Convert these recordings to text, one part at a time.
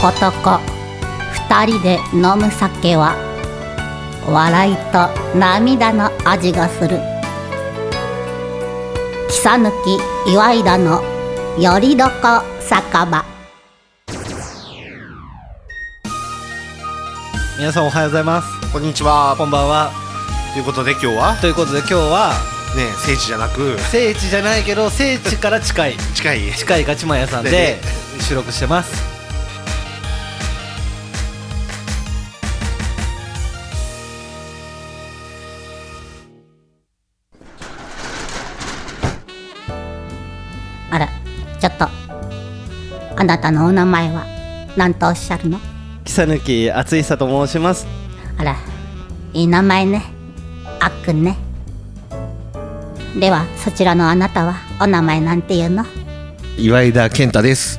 男二人で飲む酒は笑いと涙の味がする草抜き岩井田のよりどこ酒場皆さんおはようございますこんにちは。こんばんはということで今日はということで今日はね聖地じゃなく聖地じゃないけど聖地から近い近い近いガチマン屋さんでで収録してますあらちょっとあなたのお名前は何とおっしゃるの草抜き厚久と申しますあらいい名前ねあっくんねではそちらのあなたはお名前なんていうの岩井田健太です。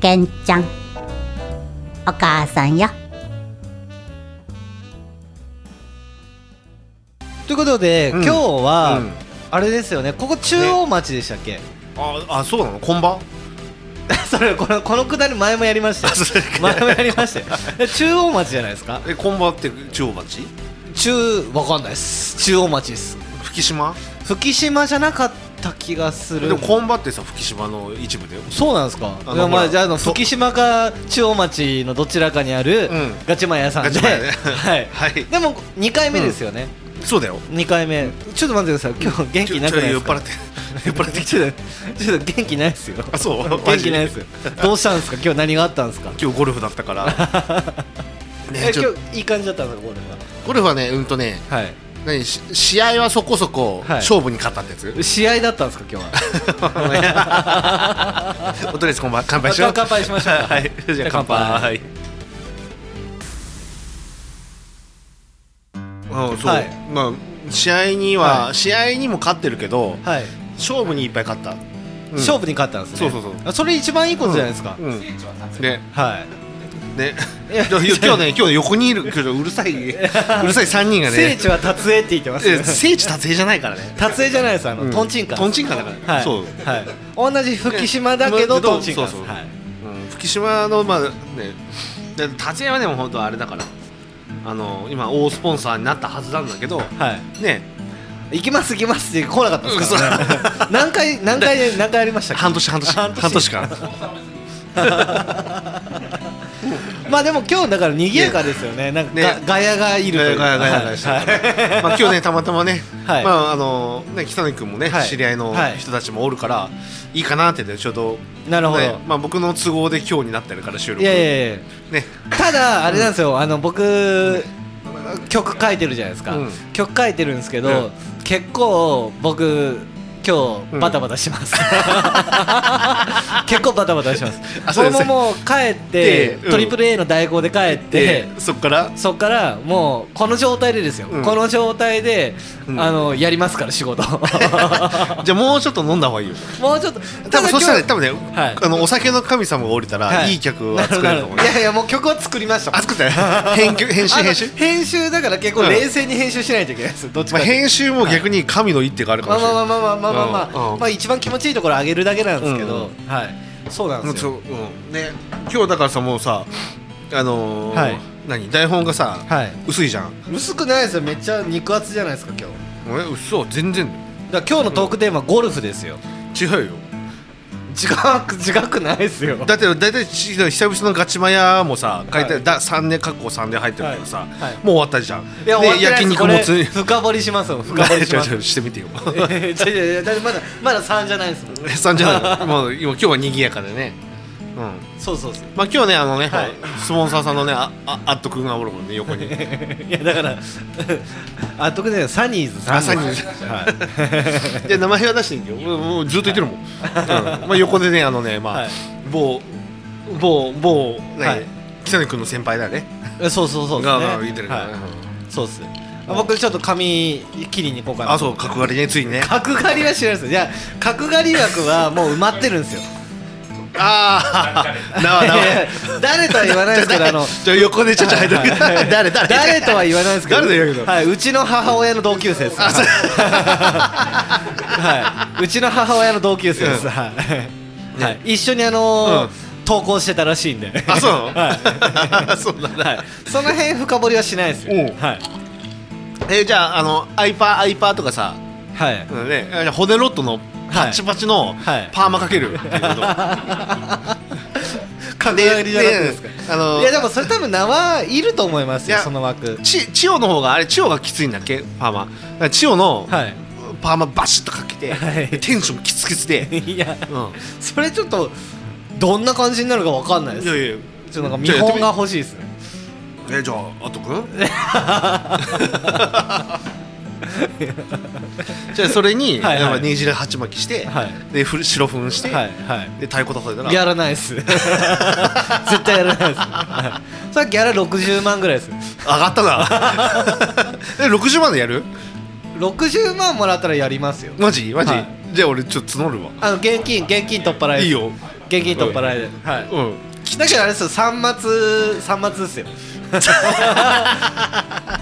けんちゃんお母さんよということで、うん今日は、うんあれですよねここ中央町でしたっけ、ああそうなのこんばん。 それこのこのくだり前もやりましたよあそうだっけ前もやりましたよえ中央町じゃないですかえこんばんって中央町？中わかんないです中央町です福島？福島じゃなかった気がすでるもこんばんってさ福島の一部だよ。そうなんですかあいのやまほあらじゃああのそ福島か中央町のどちらかにあるうんガチマン屋さんで、ガチマン屋ね はい、 はいでも2回目ですよね、そうだよ。 2回目ちょっと待ってください今日元気なくないちですょちょ酔っ払かって酔っ払って きてちょっ とちょっと元気ないですよあそう元マジ気ないですよどうしたんですか今日何があったんですか今日ゴルフだった から。ねえちょ今日いい感じだったんですかこれゴルフはねうんとねはは何し試合はそこそこはい勝負に勝ったってやつ。い試合だったんですか今日は おとりあえずこんばん乾杯しよう。乾杯しましょう かはい。じゃあ乾杯。あそう、はいまあ試合には、は試合にも勝ってるけどはい、勝負にいっぱい勝った、勝負負に勝ったんですねそうそうそうあそれ一番いいことじゃないですか、うんねはいねいや今日今日ね今日横にいるけどうる さいうるさい三人が聖ね地は達成って言ってますえ聖地達成じゃないからね達成じゃないですあの、うんトンチンカントンチンカンだからはい、そうはい、同じ福島だけどねトンチンカンですそうそうはいうん福島のまあねで達成はねもう本当あれだからあの今大スポンサーになったはずなんだけどはねい行きます行きますって来なかったですからね 何回何回何回ありましたっけ半年半年半年間まあでも今日だから賑やかですよねなんかが、ねガヤがいるというかガヤガヤガヤガヤしてるはいまあ今日ねたまたまね、はいまああのね北野君もね、はい知り合いのはい人たちもおるから、い、いかなってねちょうどなるほど、ねまあ僕の都合で今日になってるから収録いやいやいやねただあれなんですよ、あの僕曲書いてるじゃないですか、うん曲書いてるんですけど、うん結構僕今日バタバタします、 結構バタバタしますあそう俺ですももう帰ってで、うんトリプル a の代行で帰ってで、そっからそっからもうこの状態でですよ、うんこの状態で、うんあのやりますから仕 事じゃあもうちょっと飲んだ方がいいよもうちょっと多分そしたらねた多だ分ね、はいあのお酒の神様が降りたら、今日い、い客は作れると思うなほどなほどねいやいやもう曲は作りましたもんあ作ったよ編集編あ集の編集編集だから結構冷静に編集しないといけないですどっちまかっあていう編集も逆に神の一手があるかまあもしれない、まあまあまあまあまあまあまあうんまあ一番気持ちいいところ上げるだけなんですけど、はいそうなんでもうすちょようんね今日だからさもうさあのーはい何台本がさ、はい薄いじゃん薄くないですよめっちゃ肉厚じゃないですか今日え嘘全然だから今日のトークテーマゴルフです よ違うよ違く違くないですよだって大体ち久々のガチマヤもさ書いて、はいだ3年過去3年入ってるからさ、はいはいもう終わったじゃんいやで終わってない焼です肉もつこれ深掘りしますも ん深掘りしま違うす違うしてみてよいやいやいやいやだってまだまだ3じゃないですもん3じゃないのもう今今日は賑やかでねうん そうそうそう まあ今日はねあのね、はいスポンサーさんのねあああっとくんがおるもんね横にいやだから あ特にサニーズあサニーズはいで名前は出していいんだよもうもうずっと言ってるもん、うんまあ、横でねあのねまあ、はい某某某何、はい北野君の先輩だねえ そうそうそうですがねが言ってるからはね、いうんそうっすあ僕ちょっと髪切りに行こうかなあそう角刈りねついにね角刈りは知らないですいや角刈り枠はもう埋まってるんですよあ あ、なわなわ。誰とは言わないです けどあのじゃあ横でちょっと入ってる。はい誰誰誰とは言わないですけど誰とは言うけどはいうちの母親の同級生ですあそうはい、うちの母親の同級生です、うんはい、ねはい、一緒にあのー投稿してたらしいんであそうは そうなんい、だ、はい、その辺深掘りはしないですようんはいえーじゃああのアイパーアイパーとかさ、はいうんね、えー骨ロットのパッチパチはのいパーマか けるっていうこと、考でえりじゃなくてですかであのいやでもそれ多分縄いると思いますいよやその枠ち千代の方があれ千代がきついんだっけパーマだから千代のはいパーマバシッとかけて、はいテンションキツキツで、いやうん、それちょっとどんな感じになるかわかんないですいやいやちょっとなんか見本が欲しいですねえじゃああ とくんじゃあそれにはいはいやっぱねじれ鉢巻きして、はいでふる白粉して、はいはいで太鼓叩いたらやらないです 絶対やらないです、はい、さっきギャラ60万ぐらいです上がっ たなえ60万でやる60万もらったらやりますよマジマジ、はいじゃあ俺ちょっと募るわあの現金現金取っ払いですいいよ現金取っ払いで、はいうんだけどあれですよ三末三末です よは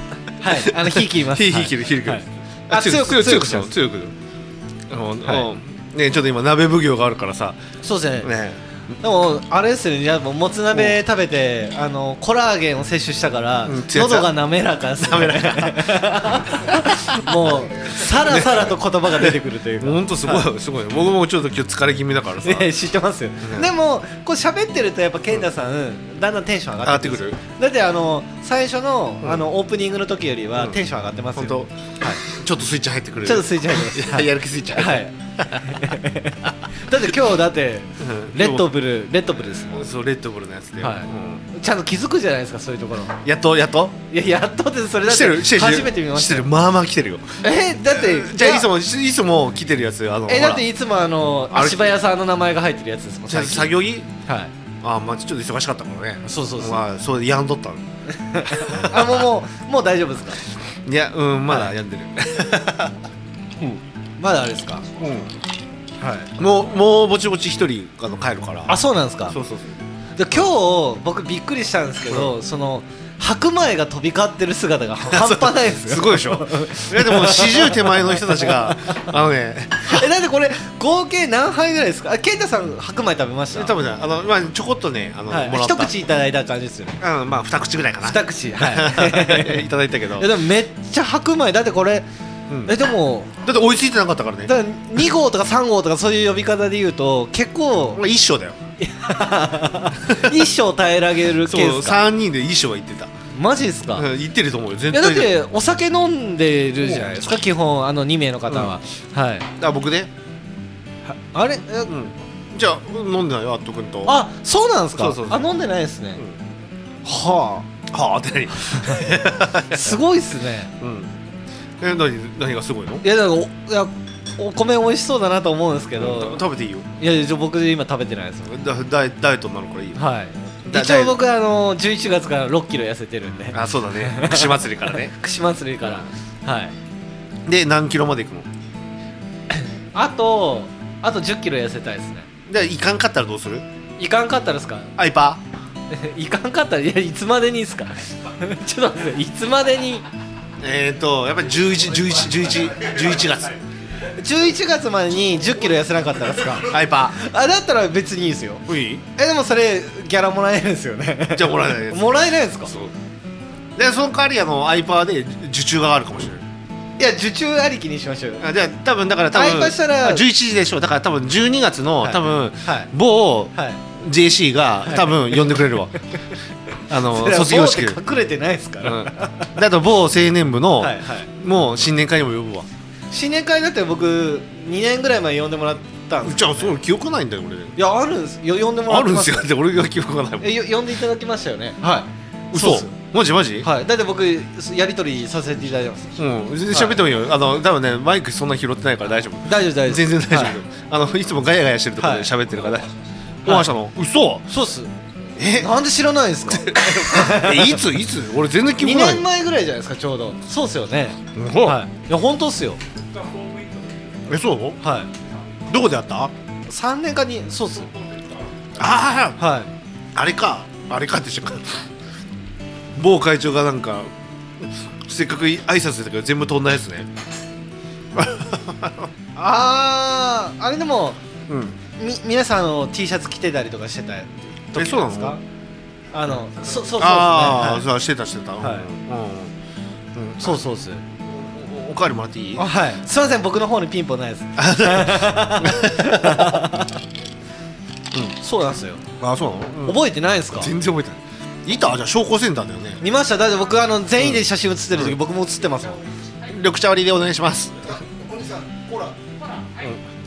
いあの火切ります 火火切る火切るはいあ強く強強くくしようし強くあのはうんねちょっと今鍋奉行があるからさそうですねねでもあれですよねじゃあもうもつ鍋食べてあのコラーゲンを摂取したからうんつやつや喉が滑らか滑らかもうさらさらと言葉が出てくると いうかほんとすごいすごい僕もちょっと今日疲れ気味だからさいや知ってますよ、うんでもこう喋ってるとやっぱ健太さん、だんだんテンション上がってくる上がってだってあの最初の,、うんあのオープニングの時よりはうんテンション上がってますよ、本当ちょっとスイッチ入ってくるちょっとスイッチ入ってますやる気スイッチ入ってはいだって今日だってうんレッドブルレッドブルですもんそうレッドブルのやつで、はいうんちゃんと気づくじゃないですかそういうところやっとやっといややっとですそれだっしてるしててる初めて見まししてたるよまあまあ来てるよえだってじゃあいやつもいつも来てるやつあのえほらだっていつもあのあれ足早さんの名前が入ってるやつですもんじゃあ最近作業着はいあまあちょっと忙しかったからねそうそうそう、まあそうやんどったのあもうもうもう大丈夫ですかいやうんまだやんでる、まだあれですかはい、もうもうぼちぼち一人あの帰るからあそうなんですかそうそうそうで今日僕びっくりしたんですけど、その白米が飛び交ってる姿 が半端ないですよすごいでし ょいやでも四十手前の人たちがあのねえだってこれ合計何杯ぐらいですかあ健太さん白米食べました多分ねあの、まあ、ちょこっとねあの、はいもらった一口いただいた感じですよねうんまあ二口ぐらいかな二口はい いただいたけ どいやでもめっちゃ白米だってこれ、うんえでもだって追いついてなかったからねだから2号とか3号とかそういう呼び方で言うと結構まあ一生だよ一生耐えられるケそーうスか三人で一生は言ってたマジですか、うん言ってると思うよ全いやだっ体でてお酒飲んでるじゃないですか基本あの2名の方は、はいあ僕ねはあれ、えうんじゃあ飲んでないよあっとくんとあそうなんですかそうそうそうあ飲んでないですね、ははあって何あすごいっすねうんえ何何がすごいのいやだからおいやお米美味しそうだなと思うんですけど、うん食べていいよいやいやじゃあ僕今食べてないですもんだダイダイエットになるからいいよはいだ一応僕あの11月から6キロ痩せてるんであそうだ ね串祭りからね串祭りからはいで何キロまでいくのあとあと1 0キロ痩せたいですねでいかんかったらどうするいかんかったらですか アイパいかんかったらいやいつまでにですか ちょっと待っていつまでにーえっ、ー、とやっぱり11111111月11月までに1 0キロ痩せなかったらですか アイパあだったら別にいいですよーいいえでもそれギャラもらえるんですよねじゃあもらえないですもらえないんですかそうでその代わりあのアイパーで受注があるかもしれないいや受注ありきにしましょ うよあじゃあ多分だから多分アイパーしたらあ11時でしょだから多分12月の、はい多分、はい某はい JC が多分呼んでくれ るわあそのれは卒業式で某って隠れてないですから、 うん、であと某青年部の、はいはいもう新年会にも呼ぶわ新年会だって僕2年ぐらい前呼んでもらったんですじゃあそう記憶ないんだよ俺いやあるんですよ呼んでもらあってるんますよって俺が記憶がないもんえよ呼んでいただきましたよねはいそう嘘っすよマジマジはいだって僕やり取りさせていただいてますうん全然喋ってもいいよあの多分ねマイクそんな拾ってないから大丈夫大丈夫大丈夫全然大丈夫はいあのいつもガヤガヤしてるところで喋ってるからオファーしたの嘘そうっすえなんで知らないんです かえいついつ俺全然記2憶ない年前ぐらいじゃないですかちょうどそうっすよねうんはいいや本当っすよえそうはいどこでやったあ3年間にそうっすあはいあれかあれかってしょ某会長がなんかせっかく挨拶したけど全部飛んだやつねあーあれでもうんみ皆さんあの T シャツ着てたりとかしてたえ時そうななんのですかあのそそうそうですねああはいそうしてたしてた、はいうんうんそうそうですおおかわりもらっていいあはいすいません僕の方にピンポンないです、うん、そうなんですよあそうなの、うん覚えてないですか全然覚えてないいたじゃあ商工センターだよね見ましただって僕あの全員で写真写ってる時、うん僕も写ってますもん緑茶割りでお願いします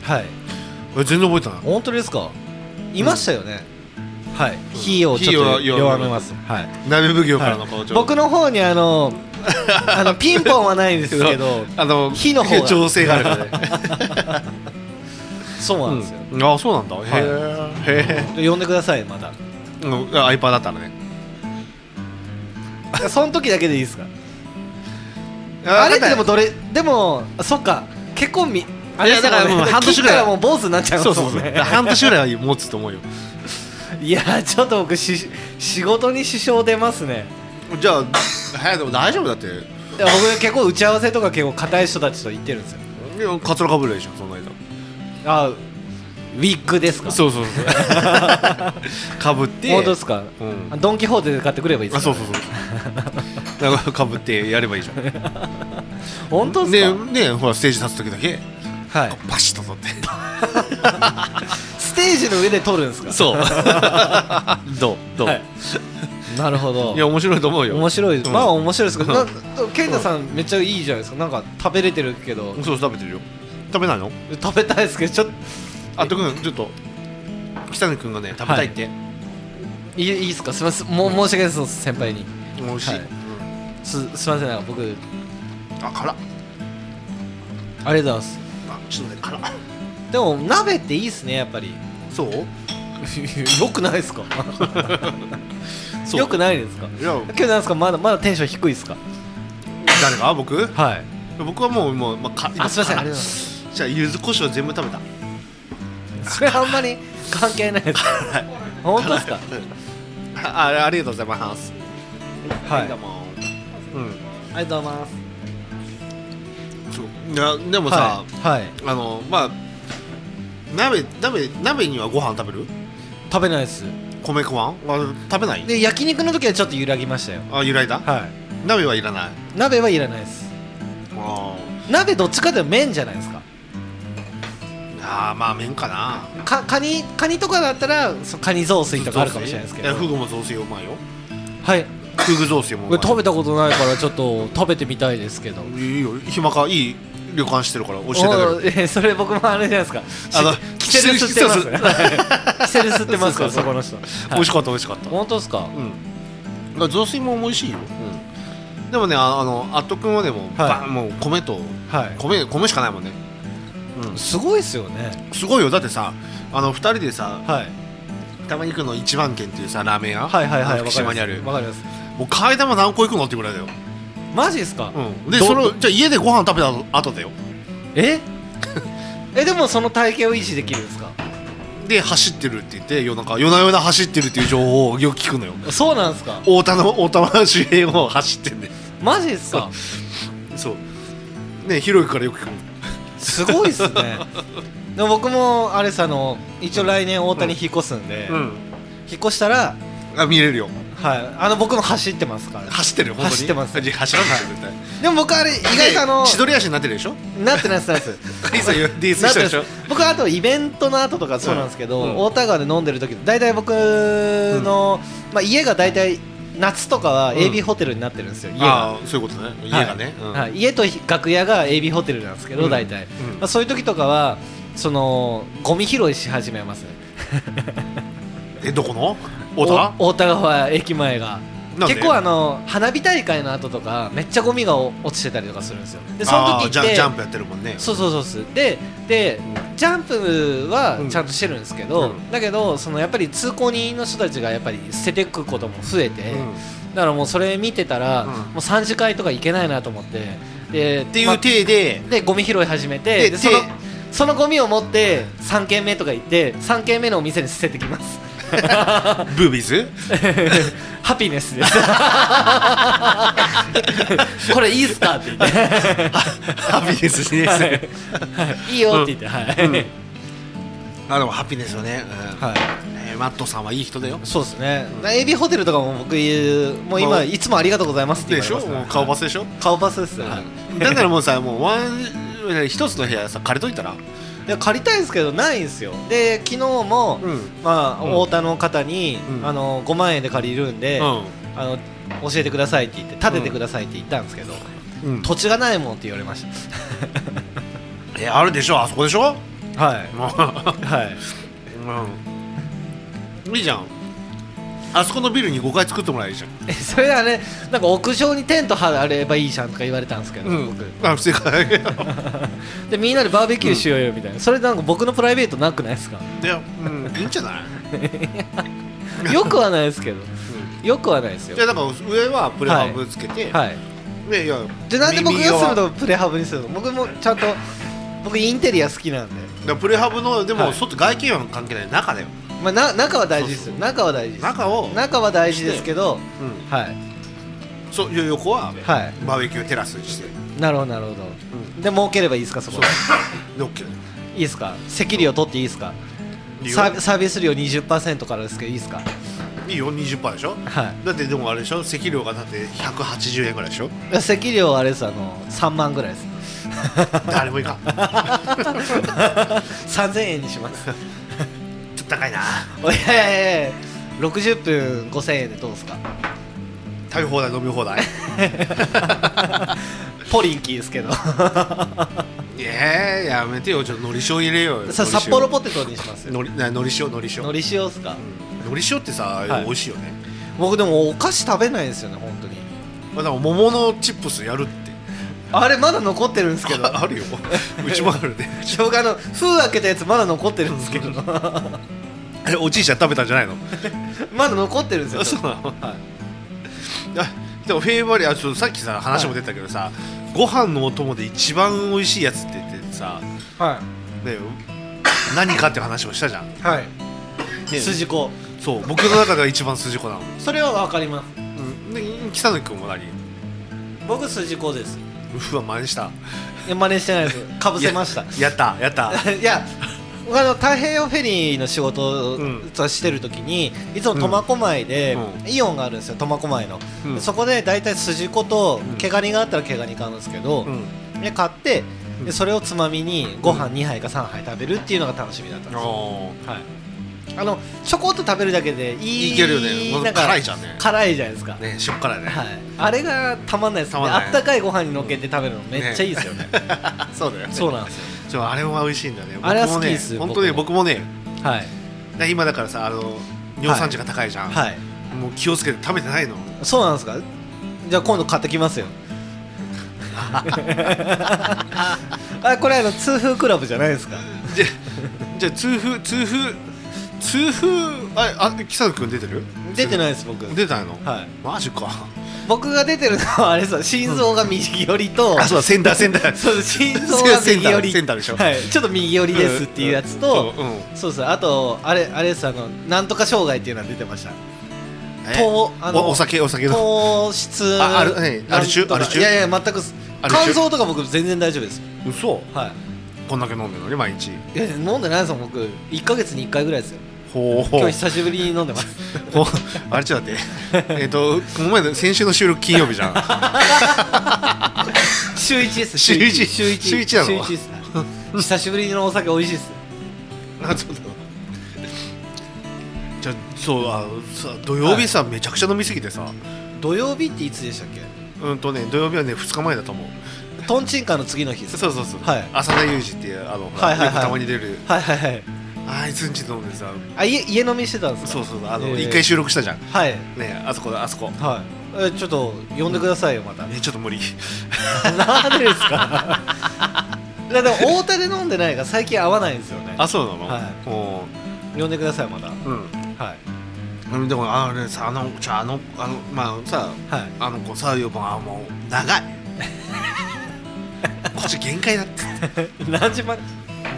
はいえ全然覚えてない本当ですかいましたよね、はい火をち火ょっをと弱めますはい鍋奉行からはの包い丁、僕の方にあ のあのピンポンはないんですけどあの火の方が調整があるからね そうなんですよ、うんあそうなんだへえへ呼んでくださいまたえうんあ iPad だったらねその時だけでいいですかあれってでもどれでもそっか結婚みあれいやだから もうね半年ぐらい切ったもう坊主になっち ゃいそまうすそもうんそうね半年ぐらいは持つと思うよ いやちょっと僕し仕事に支障出ますねじゃあ早いでも大丈夫だっていや僕結構打ち合わせとか結構硬い人たちと行ってるんですよいやカツラかぶるでしょそんな人あウィッグですかそうそうそう かぶって本当ですか、うんドン・キホーテで買ってくればいいであすかそうそうそうだからかぶってやればいいじゃん本当ですでか、ねほらステージ立つ時だけはい、バシッと取ってステージの上で撮るんですか そうどうど う、はいなるほどい、や面白いと思うよ面白い、うんまあ面白いですけど、うなん健太さんめっちゃいいじゃないですかなんか食べれてるけどそう食べてるよ食べないの食べたいですけどちょっとあとくんちょっと北野くんがね食べたいって、いいいいですかすみませんもう申し訳ないです先輩に美味しい、はいすすみませんなんか僕ありうんあ辛っがとうございますあちょっとね辛っでも鍋っていいっすねやっぱり そうよくないですかそうよくないですかいや今日なんですかまだまだテンション低いですか誰が僕はい僕はもうもう、まあ、かあすいませんありがとうございま辛っすじゃあ柚子胡椒全部食べたそれあんまり関係ないです本当ですかうんあ あありがとうございますはいどうもうんありがとうございますそういやでもさ、はい、はい、あのまあ鍋鍋鍋にはご飯食べる食べないです米食わんあ食べないで焼肉の時はちょっと揺らぎましたよあ由来だは鍋はいらないい鍋はいらないですあ鍋どっちかでも麺じゃないですかーあーまあ麺かなかカニカニとかだったらそカニ雑炊とかあるかもしれないですけどやフグも雑炊うまいよはいフグ雑炊もうこまれい食べたことないからちょっと食べてみたいですけどいいよ暇かいい旅館してるから教えてあげるお えそれ僕もあれじゃないですかあのキセル吸ってますキセル はいキセル吸ってますからそそうそこうの人美味しかった美味しかった本当ですかうんだから雑炊も美味しいよ、でもねああのあっとくんはでも、バンもう米とは米米しかないもんね、うんすごいですよねすごいよだってさあの2人でさはいたまに行くの一番軒っていうさラーメン屋はいはいはい福島にあるわかりますもう替え玉何個行くのってぐらいだよ、マジですかうん、でどそれをじゃあ家でご飯食べた後だよ ええでもその体型を維持できるんですかで走ってるって言って夜中夜な夜な走ってるっていう情報をよく聞くのよそうなんですか太田の太田の周辺を走ってんでマジですかそうねひろゆきからよく聞くのすごいっすね でも僕もあれさあの一応来年大谷引っ越すんで、うん引っ越したらあ見れるよはいあの僕も走ってますから走ってるよ本当に走ってますいや走らないよ絶対でも僕あれ意外とあの ね千鳥足になってるでしょなってないですなってないですカリさん DS なしってたなでいしょです僕あとイベントの後とかそうなんですけど、うんうん大田川で飲んでる時大体僕の、まあ、家が大体夏とかはうん AB ホテルになってるんですよ、家がああそういうことね家がねはいうんはい家と楽屋が AB ホテルなんですけど、うん大体、うんまあ、そういう時とかはそのゴミ拾いし始めますねえどこの太田お大田川駅前がなんで結構あの花火大会の後とかめっちゃゴミがお落ちてたりとかするんですよでそのあ時ーっジャンてジャンプやってるもんねそうそうそうっすででジャンプはうんちゃんとしてるんですけど、うんだけどそのやっぱり通行人の人たちがやっぱり捨ててくことも増えて、うんだからもうそれ見てたら、うんもう3次会とか行けないなと思ってでっっていう体ででゴミ拾い始めてででそのでそのゴミを持って3軒目とか行って3軒目のお店に捨ててきます ブービーズハピネスですこれいいっすかって言って ハピネスにね はいはいいいよって言って、はい、あでもハッピーですよね、うんはいえーマットさんはいい人だよそうですね、エビホテルとかも僕言うもう今、まあいつもありがとうございますって言でわしれまょすねもう顔パスでしょ、顔パスですね、はうん だからもうさもうワン一つの部屋さ借りといたらい、いや借りたいんですけどないんですよで昨日も、うん、うん、まあうん太田の方に、うんあの5万円で借りるんで、うあの教えてくださいって言って建ててくださいって言ったんですけど、ん土地がないもんって言われましえあるでしょあそこでしょ たはいもはい、う、うん、いいじゃんあそこのビルに5階作ってもらえばいいじゃんえそれあれなんか屋上にテント張ればいいじゃんとか言われたんですけど、僕うん、あ不正解だでみんなでバーベキューしようよみたいな、それなんか僕のプライベートなくないです かよ、うん、いいんじゃない、よくはないですけどうよくはないですん、よじゃあだから上はプレハブつけて、はいでいやでなんで僕右が側住むとプレハブにするの僕もちゃんと僕インテリア好きなんで、だからプレハブのではもい外、外見は関係ない中だよまあ、な中は大事ですよそう中は大事です中を、中は大事ですけどうん、はいそういう横ははバーベキューテラスにしていなるほどなるほど、うで儲ければいいですかそこはで OK だよいいですか席料取っていいですかいいよサーサービス料20%からですけどいいですかいいよ20%でしょはいだってでもあれでしょ席料がだって180円ぐらいでしょいや席料はあれですあの3万ぐらい です誰もいか んちょっ3000円にし ますと高いないやいやいや60分5000円でどうですか食べ放題飲み放題ポリンキーですけ どいやーやめてよちょっとのり塩入れようよさ札幌ポテトにしますよのりなのり塩のり塩のり塩っすかのり塩ってさ、はい美味しいよね僕でもお菓子食べないんですよね本当にまあでも桃のチップスやるってあれまだ残ってるんです けどあ あるようちもあるね生姜の封開けたやつまだ残ってるんですけど まえおじいちゃん食べたんじ ゃないのだ残ってるんですよそうなのはいあでもフェイバリーあちょっとさっきさ話も出たけどさ、ご飯のお供で一番美味しいやつって言ってさ、ね、は何かって話をしたじゃん、いはい筋子そう僕の中では一番筋子なの、それは分かりますうん、で北野君も何僕筋子ですうわ真似したいや真似してないですかぶせましたやったやった いや僕あの太平洋フェリーの仕事をうんしてる時にいつも苫小牧で、うイオンがあるんですよ苫小牧の、うんそこで大体筋子とうん毛ガニがあったら毛ガニ買うんですけど、うんで買ってうんでそれをつまみにご飯2杯か3杯食べるっていうのが楽しみだったんですよ、おーはい、あのちょこっと食べるだけでいいいけるよねなんか辛いじゃんね辛いじゃないですか、ね塩辛いね、はい、あれがたまんないですねたまんないあったかいご飯にのっけて食べるのめっちゃいいですよねそうだよ ねそうなんですよそうあれも美味しいんだよねあれは好き僕もねです本当ね僕僕もねはいね今だからさあの尿酸値が高いじゃん、はいもう気をつけて食べてないのそうなんですかじゃあ今度買ってきますよ あこれあの痛風クラブじゃないですかじゃ じゃあ痛風痛風痛風ああ北野君出てる出てないです僕出たの、はいマジか僕が出てるのはあれさ心臓が右寄りと、あそうだセンターセンターそうです心臓がセン右ター寄りセンターでしょはい、ちょっと右寄りですっていうやつと、うんうんそうですあとあれあれですあのなんとか障害っていうのは出てましたえ糖あのおお酒お酒の糖質ああるねアルチュなんとかアルチュいやいや全くすアルチュ肝臓とか僕全然大丈夫です嘘はいこんだけ飲んでるのに毎日いや飲んでないですもん僕1か月に1回ぐらいですよほうほう今日久しぶりに飲んでます ほうあれちょっと待ってえっとこの前の先週の収録金曜日じ ゃん週1です週一週1週一なのです久しぶりのお酒美味しいで すあそうだじゃあそうあさ土曜日さ、めちゃくちゃ飲みすぎてさ土曜日っていつでしたっけうんとね土曜日はね2日前だと思うとんちんかの次の日ですそうそうそう、はい浅田裕二っていうあの、ほらはいはいはいよくたまに出るはいはいはいあいつんち飲んでさあ家家飲みしてたんですかそうそうあの、えー一回収録したじゃんはいねあそこだあそこはいえちょっと呼んでくださいよま たえちょっと無理なんでです かいやでも太田で飲んでないから最近合わないんですよねあそうなの、はいも呼んでくださいまたはいううんでもあのねさあのちょあのあのまあさはいあの子さよもあもう長い こっち限界だって 何時まで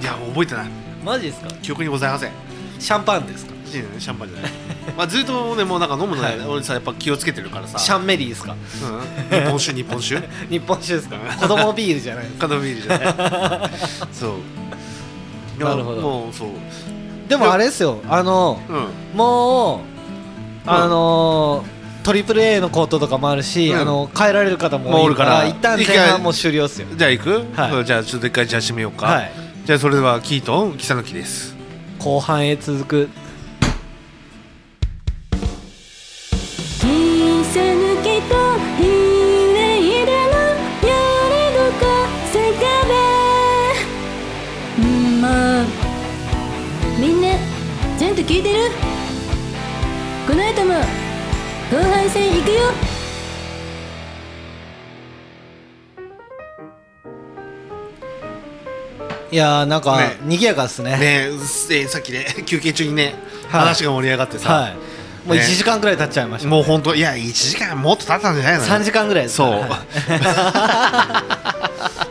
いやもう覚えてないマジですか記憶にございませんシャンパンですかシャンパンじゃないまあずっとねもうなんか飲むのね、はい俺さやっぱ気をつけてるからさシャンメリーですかうん、日本 酒日本酒日本酒ですか子供ビールじゃないですかカドビールじゃないそういや なるほどもうそうでもあれですよあのうんもうあのトリプル A のコートとかもあるし、うんあの帰られる方ももう多おるいかからら一旦一前回半もう終了っすよじゃあ行く、はいうんじゃあちょっと一回じゃあ締めようか、はいじゃあそれではキートン木佐の木です後半へ続く「切りさぬけとひねいでのよりどこせかべ」んーもうみんなちゃんと聞いてるこの後も後半戦行くよいやーなんか、ね賑やかですねねえうっせえさっきね休憩中にね、はい話が盛り上がってさ、はいもうね1時間くらい経っちゃいました、もう本当いや1時間もっと経ったんじゃないの3時間ぐらいですそう、ねは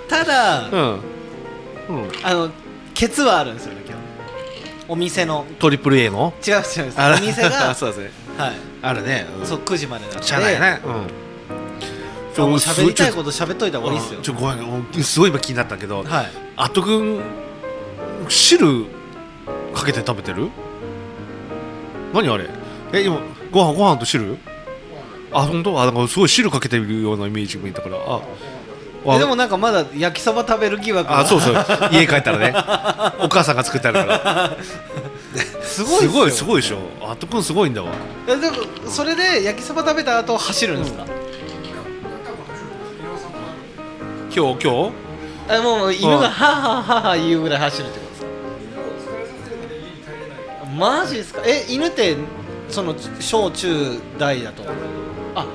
いただ、うん、うん、あのケツはあるんですよね今日お店のトリプル A の違う違う違うあお店が は そうですねいあるね、うん、そう9時までなのでしゃあないねうんあもう喋りたいことと喋っといた方がいいっすよちょごめんもうすごい今気になったけど、はいあっとくん汁かけて食べてる何あれえ今ご飯ご飯と汁あ本当あなんかすごい汁かけてるようなイメージもいたからああえでもなんかまだ焼きそば食べる疑惑があそうそう家帰ったらねお母さんが作ってあるからすごいすっすごごいいすすごいごいでしょあっとくんすごいんだわえでもそれで焼きそば食べた後走るんですか、今日今日あもう犬がハーハーハーハー言うぐらい走るってことですかマジですかえ犬ってその小中大だとあ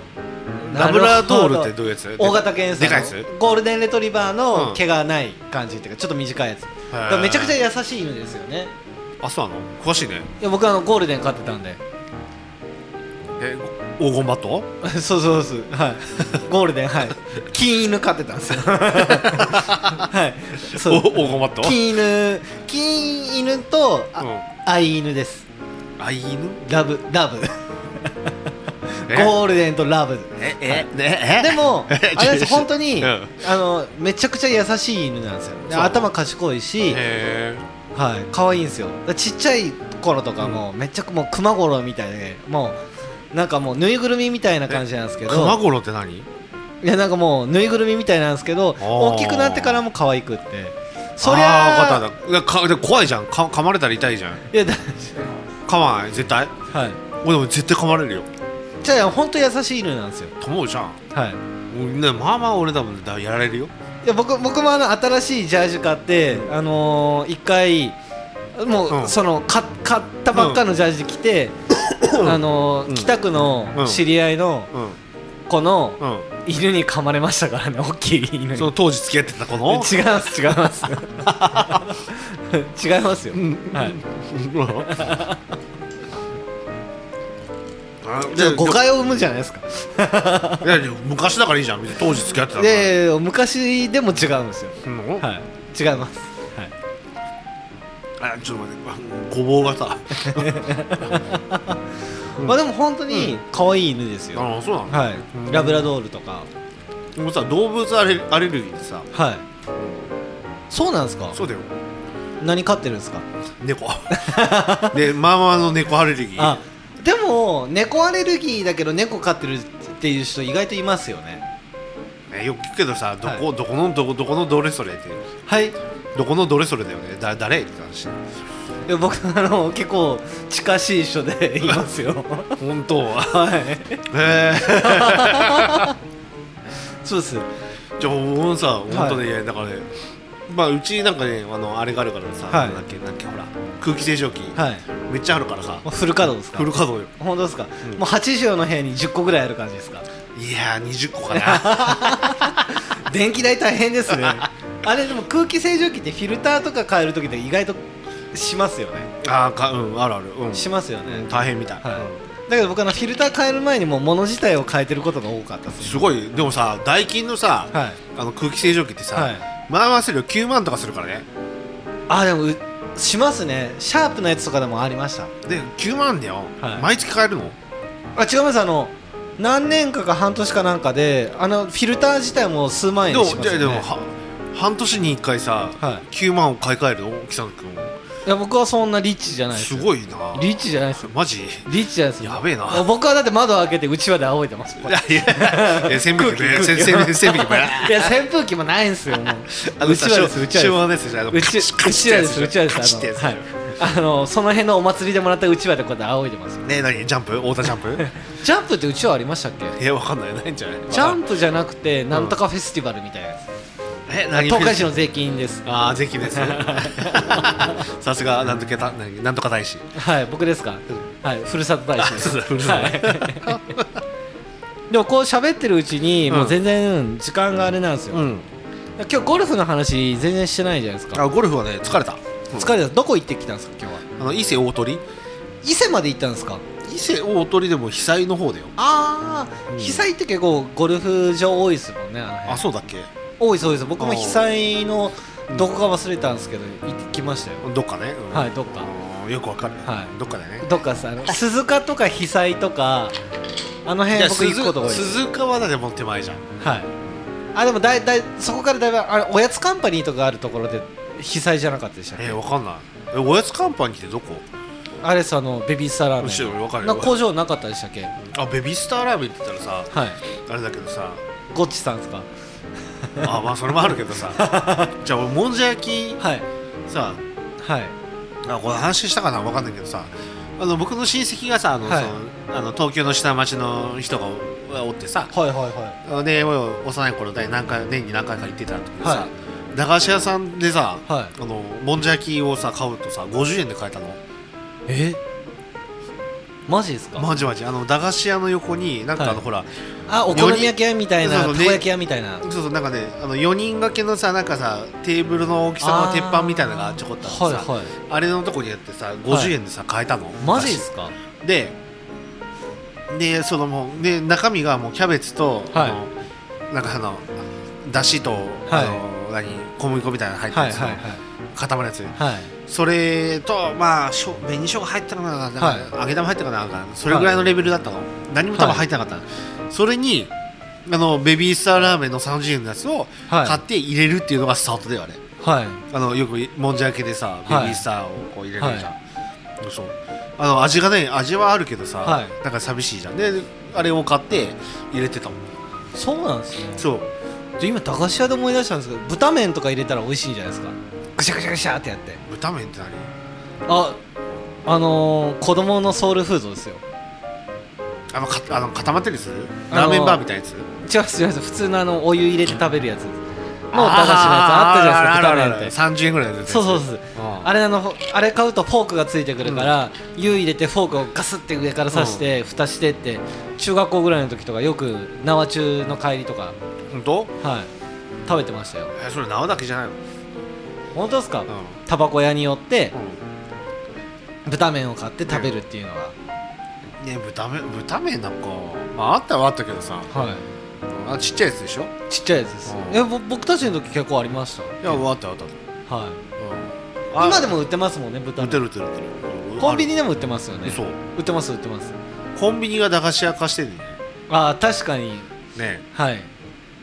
ラブラドールってなるほどういうやつ大型犬さんのでかいやつゴールデンレトリバーうのん毛がない感じっていうかちょっと短いやつだからめちゃくちゃ優しい犬ですよねあそうなの詳しいねいや僕あのゴールデン飼ってたんでえ黄金バット そうそうそうはい ゴールデンはい金犬飼ってたんですよ はいそおう黄金バット金犬金犬とあうん愛犬ですあいいのラブラブえゴールデンとラブええねで もえあれです本当に、うんあのめちゃくちゃ優しい犬なんですよでそう頭賢いし、へはい可愛いんですよだからちっちゃい頃とかも、めっちゃくもう熊五郎みたいでもうなんかもうぬいぐるみみたいな感じなんですけえ熊ど五郎って何いやなんかもうぬいぐるみみたいなんですけどー大きくなってからも可愛くってそりあゃーわかったわかったかで怖いじゃんか噛まれたら痛いじゃんいやだ噛まない絶対はい俺でも絶対噛まれるよじゃあ本当優しい犬なんですよと思うじゃんはい俺ねまあまあ俺だもんねだやられるよいや僕僕もあの新しいジャージ買って、あのー、一回もうんうそのか買ったばっかのジャージ着て、あのーうん北区うんの知り合いのうん子のうん犬に噛まれましたからね大きい犬に違いその当時付き合ってた子のます違います 違いますよ、はい、あ じゃあ誤で解を生むじゃないですかいやいや昔だからいいじゃん当時付き合ってたからで昔でも違うんですようんはい違います、はい、あちょっと待ってごぼうがさうんまあでも本当に可愛い犬ですよ、ああそうなのはいうんラブラドールとかもうさ動物アレルアレルギーでさはいそうなんですかそうだよ何飼ってるんですか猫 でまあまあの猫アレルギーあでも猫アレルギーだけど猫飼ってるっていう人意外といますよねねよく聞くけどさどこ、どこのどこどこのどれそれってはいどこのどれそれだよねだ誰って話いや僕あの結構近しい人でいますよ本当ははいえー、そうですじゃあもうさ本当ね、いやだからねまあうちなんかねあのあれがあるからさ、はいなんだっけなんだっけほら空気清浄機、はいめっちゃあるからさもうフル稼働ですかフル稼働よ本当ですか、うんもう80の部屋に10個ぐらいある感じですかいやー20個かな電気代大変ですねあれでも空気清浄機ってフィルターとか変える時って意外としますよねあーかうんあるあるうんしますよね、うん大変みたい、だけど僕あのフィルター変える前にもう物自体を変えてることが多かったですすごいでもさダイキンのさ、はいあの空気清浄機ってさ、はいまあまあするよ9万とかするからねあでもうしますねシャープのやつとかでもありましたで9万だよ、はい毎月買えるのあ違いますあの何年かか半年かなんかであのフィルター自体も数万円でしもますじゃよあねでもは半年に1回さ、はい9万を買い替えるの北野君いや僕はそんなリッチじゃないですすよごいなリッチじゃないですよマジリッチじゃないですよやべえなもう僕はだって窓開けてうちわで仰いでますこいうややいやえ扇風機ねせせせ扇風機ねいや扇風機もないんですよもうあのうちわさですうちわ昭です和のやつでしょあのうちカチカうチちっわてやでつすでうしちょわでカチすってやつでしょあの、はい、あのその辺のお祭りでもらったうちわでこうやって仰いでますねえ何ジャンプ太田ジャンプ ジャンプってうちわありましたっけいやわかんないないんじゃないジャンプじゃなくてなんとかフェスティバルみたいなやつえ何東海市の税金ですああ税金です さすがなんとかた何なんとか大使はい僕ですかはいふるさと大使であそすうだふるさとはいでもこう喋ってるうちにうんもう全然時間があれなんですよ、ん今日ゴルフの話全然してないじゃないですかあゴルフはね疲れた疲れたどこ行ってきたんですか今日はあの伊勢大鳥伊勢まで行ったんですか伊勢大鳥でも被災の方だよああ、うん被災って結構ゴルフ場多いですもんねあの辺あそうだっけ多いそうです僕も被災のうんどこか忘れたんですけど行ってきましたよどっかねうんはいどっかうんよくわかるはいどっかだよねどっかさあの鈴鹿とか被災とかあのい辺や僕行く鈴ことが多いです鈴鹿はだってもう手前じゃんはいあでもだいだいそこからだいぶあれおやつカンパニーとかあるところで被災じゃなかったでしたっけえわかんないえおやつカンパニーってどこあれさあのベビースターラーメン後ろわかるよなん工場なかったでしたっけはあベビースターラーメンって言ったらさいあれだけどさゴッチさんですかあまあそれもあるけどさ じゃあ俺もんじゃ焼きはいさはいあこれ話したかなわかんないけどさあの僕の親戚がさあの、はいそのあの東京の下町の人がおおってさはいはいはで幼い頃で何回年に何回か行ってたんだけどさ、は駄菓子屋さんでさ、はいあのもんじゃ焼きをさ買うとさ50円で買えたのいえマジですか、マジマジあの駄菓子屋の横になんかあの、はいほらあお好み焼き屋みたいなそうそうたこ焼き屋みたいなそうそうなんかねあの4人掛けのさなんかさテーブルの大きさの鉄板みたいなのがちょこっとあってさはいはいあれのとこにやってさ50円でさ、買えたのマジですかででそのもうで中身がもうキャベツと、はいあのなんかあのだしと、あの何小麦粉みたいなの入ってるはやいつ、はい固まるやつはいはいそれとまあしょ紅しょうが入ったかななんか、揚げ玉入ったかななんかそれぐらいのレベルだったの、何も多分入ってなかったの、それにあのベビースターラーメンの30円のやつをはい買って入れるっていうのがスタートだよあれはいあのよくもんじゃ焼きでさベはいビースターをこう入れるじゃん、そうあの味がね味はあるけどさ、はいなんか寂しいじゃんであれを買って入れてたもんそうなんですねそうで今駄菓子屋で思い出したんですけど豚麺とか入れたら美味しいんじゃないですかぐしゃぐしゃぐしゃってやって豚麺って何ああのー、子供のソウルフードですよあのかあの固まってるやつあのラーメンバーみたいなやつ違う違う違う普通のあのお湯入れて食べるやつもう駄菓子のやつあったじゃないですかあーあ豚るあるあ麺るって30円ぐらいのやつそうそうそうああれあのあれ買うとフォークがついてくるから、湯入れてフォークをガスって上から刺して、蓋してって中学校ぐらいの時とかよく縄中の帰りとか本当はい食べてましたよえそれ縄だけじゃないの本当ですか、うんタバコ屋によってう豚麺を買って食べるっていうのは、んね豚麺豚麺なんかまああったはあったけどさはあちっちゃいやつでしょいちっちゃいやつです、うんえぼ僕たちの時結構ありましいやあったあったあったはいた、うん、今でも売ってますもんね豚売って麺る売ってる売ってるうんコンビニあでも売ってますよねるそう売ってます売ってますコンビニが駄菓子屋化してるねああ確かにねはい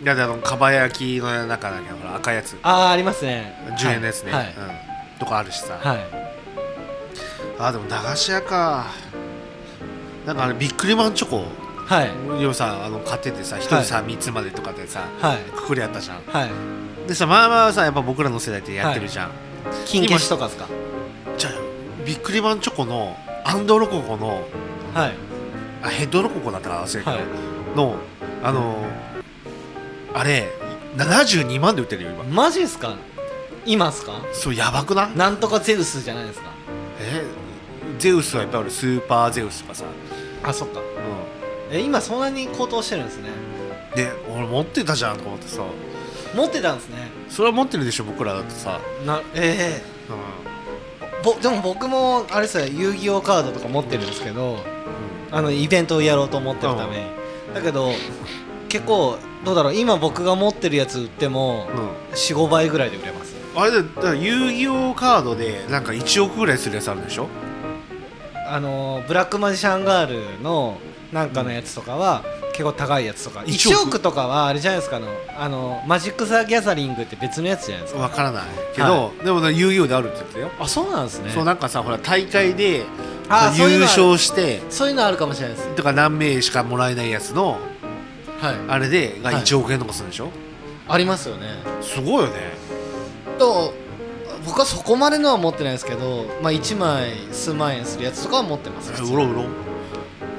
えだってあのかば焼きの中だけどほら赤いやつああありますね10円のやつね、はい、うん、とかあるしさ、はいはいあでも駄菓子屋かなんかあれビックリマンチョコはい要はさあの買っててさ1人さ、三3つまでとかでさはいくくりあったじゃんはいでさまあまあさやっぱ僕らの世代ってやってるじゃん、金消しとかですかじゃあビックリマンチョコのアンドロココのはいあヘッドロココだったら忘れたけど、はのあのあれ72万で売ってるよ今マジですか今ですかそうやばくないなんとかゼウスじゃないですかえゼウスはやっぱりスーパーゼウスとかさ、あそっかうん、え今そんなに高騰してるんですねで俺持ってたじゃんと思ってさ持ってたんですねそれは持ってるでしょ僕らだってさ、なえうえぼでも僕もあれですよ遊戯王カードとか持ってるんですけどあのイベントをやろうと思ってるためにだけど結構どうだろう今僕が持ってるやつ売ってもんうん、 45倍ぐらいで売れますあれだだから遊戯王カードでなんか1億ぐらいするやつあるでしょあのーブラックマジシャンガールのなんかのやつとかは、結構高いやつとか一1億億とかはあれじゃないですかあのあのマジック・ザ・ギャザリングって別のやつじゃないですかわからないけど、でもね遊戯王であるって言ってたよ、あそうなんですねそうなんかさほら大会であーそういう優のある勝してそういうのあるかもしれないですとか何名しかもらえないやつのはいあれでがはい1億円とかするでしょ、ありますよねすごいよねと僕はそこまでのは持ってないですけど、まあ、1枚数万円するやつとかは持ってますうろう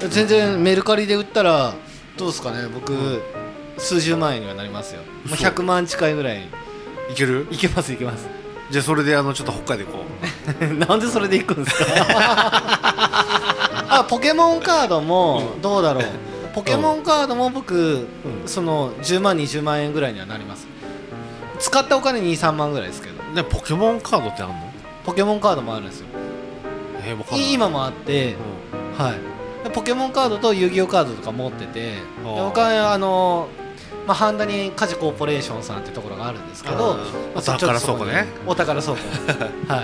ろ全然メルカリで売ったらどうですかね僕、数十万円にはなりますよ、まあ、嘘100万近いぐらいいけるいけますいけますじゃあそれであのちょっと北海道行こ なんでそれでいくんですか あポケモンカードもどうだろうポケモンカードも僕、うんその10万20万円ぐらいにはなります使ったお金23万ぐらいですけどうねポケモンカードってあんのポケモンカードもあるんですよえー、わかんないい今もあって、うはい、でポケモンカードと遊戯王カードとか持っててであー僕はあのまあ、ハンダに家事コーポレーションさんってところがあるんですけどあーまお宝倉庫ねちょっとそこにお宝 倉庫は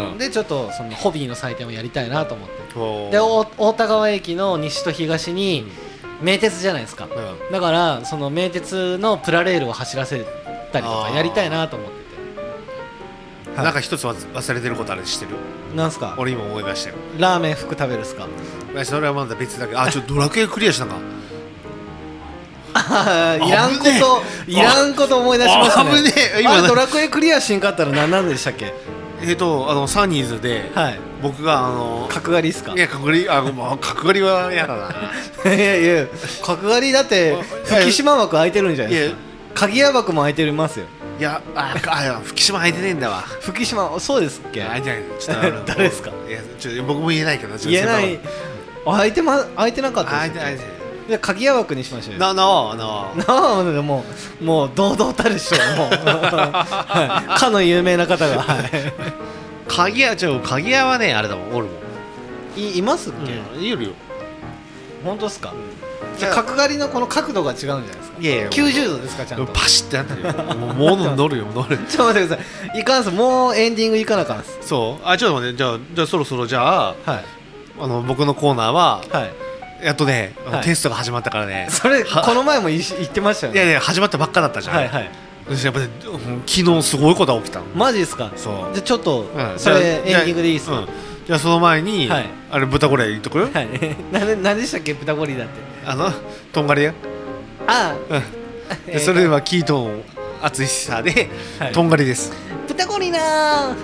ん、ういん、でちょっとそのホビーの祭典をやりたいなと思っておーでお大田川駅の西と東に名鉄じゃないですかうんだからその名鉄のプラレールを走らせたりとかやりたいなと思ってはいなんか一つわ忘れてることあれしてるてなんすか俺今思い出してるラーメン服食べるっすかいやそれはまだ別だけどあちょっとドラクエクリアしたなあーいらんこ危ねといらんこと思い出しましたねあ危ねえ今あれねドラクエクリアしんかったら何なんでしたっけえっ、とあのサニーズで、はい僕があの角刈りっすかいや角刈りあごめん角刈りは嫌だないやいや角刈りだって福島枠空いてるんじゃないですかい鍵屋枠も空いてるますよいやああいや福島空いてねえんだわ福島そうですっいけや空いてないちょっと あの誰ですかいやちょっと僕も言えないけどちょっと言えない狭あ空いてま空いてなかったで空いすてよないですじゃあ鍵屋枠にしましょうよななおな なあでももう堂々たるでしょもう、はいかの有名な方が、はお鍵屋ちょ鍵屋はねあれだもん俺もい、いいますっけ、うんいるよ本当っすか、じゃあ角刈りのこの角度が違うんじゃないですかいやいや90度ですかちゃんとパシッてなってるよもう物乗るよ乗るちょっと待ってくださいいかんすもうエンディングいかなあかんっすそうあちょっと待ってじゃあじゃあそろそろじゃあはいあの僕のコーナーははいやっとね、あのはいテストが始まったからねそれはこの前もいし言ってましたよいやねいや始まったばっかだったじゃん、はいはいそしてやっぱり、うん昨日すごいことが起きたのマジですかそう、じゃあちょっと、うんそれじゃエあンディングでいいっすか、うんじゃあその前に、はいあれ豚これ言っとく、はい なんでなんでしたっけ豚ゴリラってあのとんがりや、あうんあ、えでーそれではキートン熱いさで、はいとんがり です豚ゴリラは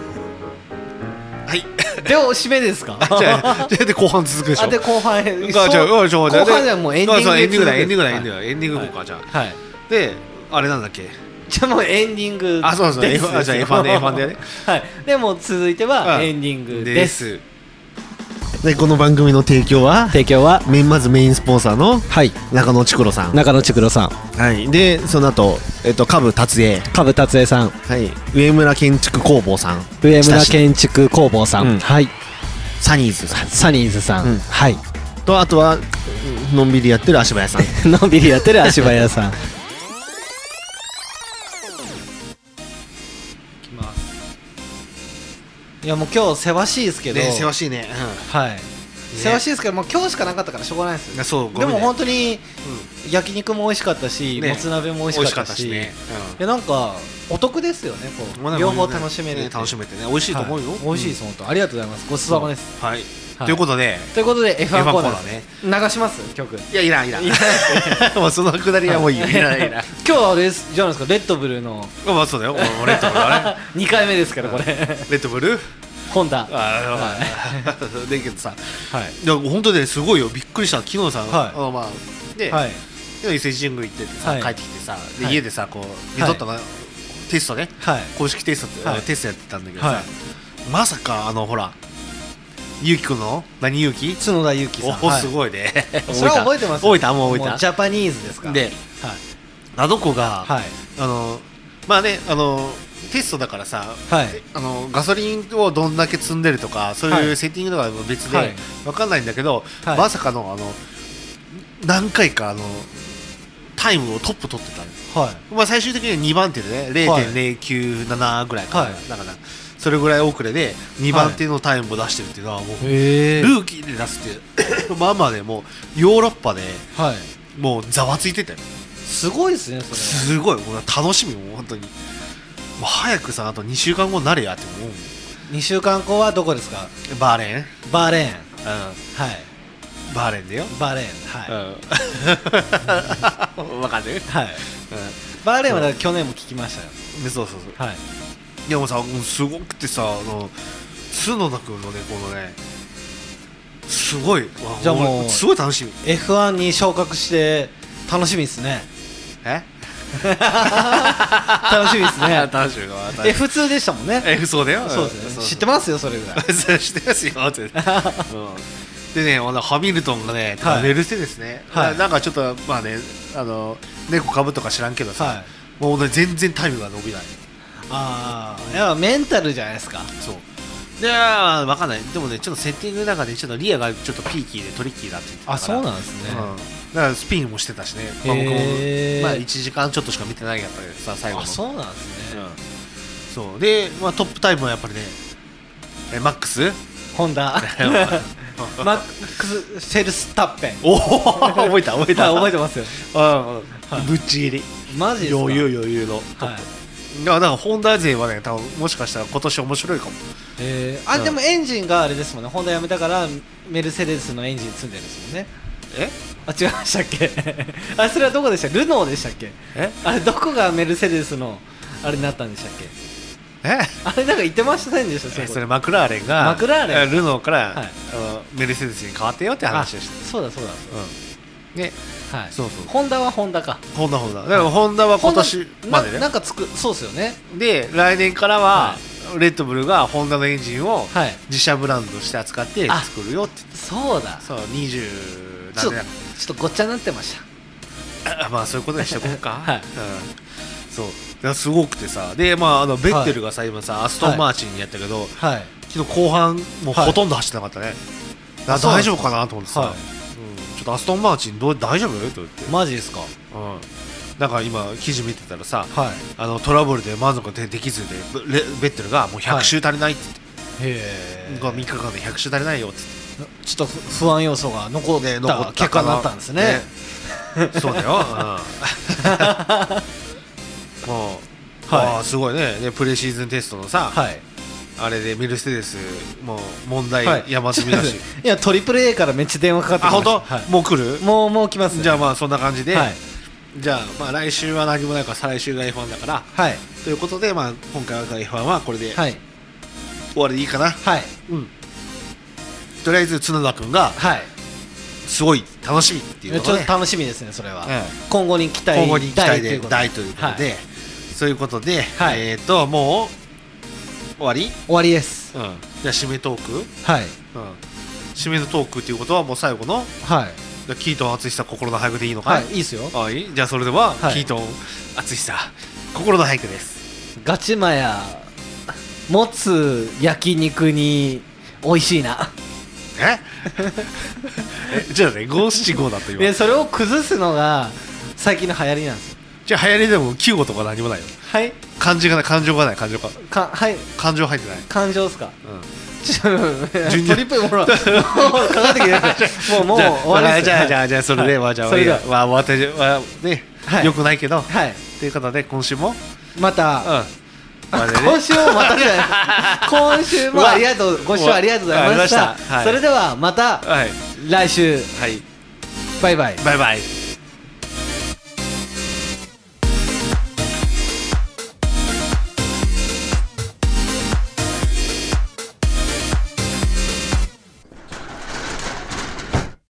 い でお締めですかじゃ あじゃあで後半続くでしょあで後半へあじゃそうああじゃあ後じゃあ半ではもうエンディングあそうエンディングだエンディングだはいエンディングだエンディング行こうかじゃあはいであれなんだっけじゃあもうエンディングあそうそうです F- あじゃあ F1 ね F1 でねはいでもう続いてはうんエンディングですでこの番組の提供は提供はメインまずメインスポンサーのはい中野ちくろさん中野千黒さんはいでその後えっと下部達也株達江さんはい上村建築工房さん上村建築工房さん、うんはいサニーズさんサニーズさん、うんはいとあとはのんびりやってる足早さん のんびりやってる足早さんいやもう今日せわしいですけど、ねせわしいねはい、せわしいですけどもう今日しかなかったからしょうがないですいやよそうごめでんねも本当に焼肉も美味しかったし、ねもつ鍋も美味しかったし美味しかったしねいやなんかお得ですよねこうんう両方楽しめるね楽しめめてね美味しいと思うよ美味しいです、本当ありがとうございますごちそうさまです、はいはいということでということで F1 コ F1 ーナーコーナーね流します曲いや いらんいらんいらもうそのくだりはもういいいらんいらん今日はあれですじゃないですかレッドブルのまあそ うだよ俺もレッドブルだね2回目ですからこれレッドブ ルホンダああ だけどさはいいや本当ねすごいよびっくりした昨日さ、はいあのまあで、はい伊勢神宮行っててさ、はい帰ってきてさで、はい家でさこうリゾットの、テストねはい公式テストって、はいテストやってたんだけどさ、はいまさかあのほらゆうきくんの何ゆうき角田裕樹さんおおはいすごいね、 それは覚えてますよ覚えたもう覚もえうジたャパニーズですからではあの子が、いあのまあねあのテストだからさはいはいあのガソリンをどんだけ積んでるとかそういはういセッティングとかは別はでい分かんないんだけど、はいまさかのあの何回かあのタイムをトップ取ってたのはいまあ、最終的に2番手でねはい0.097ぐらいかな,、はいだからそれぐらい遅れで2番手のタイムを出してるっていうのはもう、へえ ルーキーで出すってまあまあでもうヨーロッパではいもうざわついてたよすごいですねそすごいもう楽しみもう本当にもう早くさあと2週間後になれやって思うもれ2週間後はどこですかんバーレン、うん、バーレーンはいバーレンだよ、バーレーンはい、 うん、分かんねはいえ、バーレーンはだから去年も聞きましたようん、そうそうそうはいでもさ、もうすごくてさ、あの角田君のね、このね、すごい、わじゃあもう俺すごい楽しみ。 F1 に昇格して楽しみですねえ楽しみです ね楽しみだわ。楽しみ F2 でしたもんね F そうだよ。そうですね知ってますよそれぐらいす 知ってますよ、って。うんでね、あのハミルトンがね、はいメルセデスね、はいななんかちょっと、まあね、あの猫かぶとか知らんけどさ、はいもうね、全然タイムが伸びない。ああやっぱメンタルじゃないですかそうで、まあわかんない。でもね、ちょっとセッティングの中で、ちょっとリアがちょっとピーキーでトリッキーだって言ってたから。んですうんだからスピンもしてたしね、まあ、僕も、へーまあ、1時間ちょっとしか見てないやっぱりさ最後のあそうなんですうね、んそうで、まあ、トップタイムはやっぱりねえマックスホン ダマックス・フェルスタッペンおお覚えた覚えはたい覚えてますようんうんぶっちぎりマジですか余裕余裕のトはッいプだからだからホンダ勢はね多分もしかしたら今年面白いかもえーあ、うんでもエンジンがあれですもんねホンダやめたからメルセデスのエンジン積んでるんですもんねえあ違いましたっけ あそれはどこでしたルノーでしたっけえあれどこがメルセデスのあれになったんでしたっけえあれなんか言ってませんでしたえこそれマクラーレンがマクラーレンえルノーから、はいあのメルセデスに変わってよって話をしあそうだそうだた、うん、ねはいそうそうホンダはホンダかホンダホンダだからホンダは今年ホンダまでねななんかつくそうですよねで来年からははレッドブルがホンダのエンジンをはい自社ブランドとして扱ってあ作るよってそうだそう20ちょ何っと年ちょっとごっちゃになってましたあまあそういうことにしておこうか、 はいうん、そうだからすごくてさでまああのベッテルがさ、今さアストンマーチンやったけど、はい昨日後半もうはいほとんど走ってなかったね、だからそうなんで大す丈夫かなと思ってさ、はいうん、ちょっとアストンマーチンどう大丈夫と言って、マジですかうん、なんか今記事見てたらさ、はいあのトラブルで満足でできずでブレベッテルがもう100周足りないって言って、へえが3日間で100周足りないよって言ちょっと不安要素が残っって、ねた結果になったんですねね そうだよ、 うん、もう、はいああすごいねでプレシーズンテストのさ、はいあれでメルセデスもう問はい題山積み だし、いやトリプル A からめっちゃ電話かかってあ本当、はいもう来るもうもう来ますねじゃあまあそんな感じで、はいじゃあまあ来週は何もないから再来週が F1 だからはいということでまあ今回は F1 はこれではい終わりでいいかな、はいうんとりあえず角田君がはいすごい楽しみっていうちことょでっと楽しみですねそれは、ええ今後に期待今後に期待大といでうことで大ということはで、そういうことで、はいえっ、ともう終わり、終わりですじゃあ締めトーク、はい締めのトークっていうことはもう最後のはいじゃあキートン淳さん心の俳句でいいのか、はい、い、いですよあいいじゃあそれでは、はいキートン淳さん心の俳句ですガチマヤもつ焼肉に美味しいな ええじゃあね五七五だと今でそれを崩すのが最近の流行りなんですよじゃあ流行りでも9語とか何もないよはい漢字がない感情がない感情がかはい感情入ってない、感情っすかうんちょっと順トリプルほらもうかかってきてもうもうじゃあ終わりですじゃあじゃあじゃあそれでははいじゃあそれではまあ終わってまあねはいよくないけどはいということで今週もうんまたまあね今週もまたじゃない今週うもわありがとうご視聴ありがとうございましたありがとうございましたはいそれではまたはい来週はいバイバイバイバイ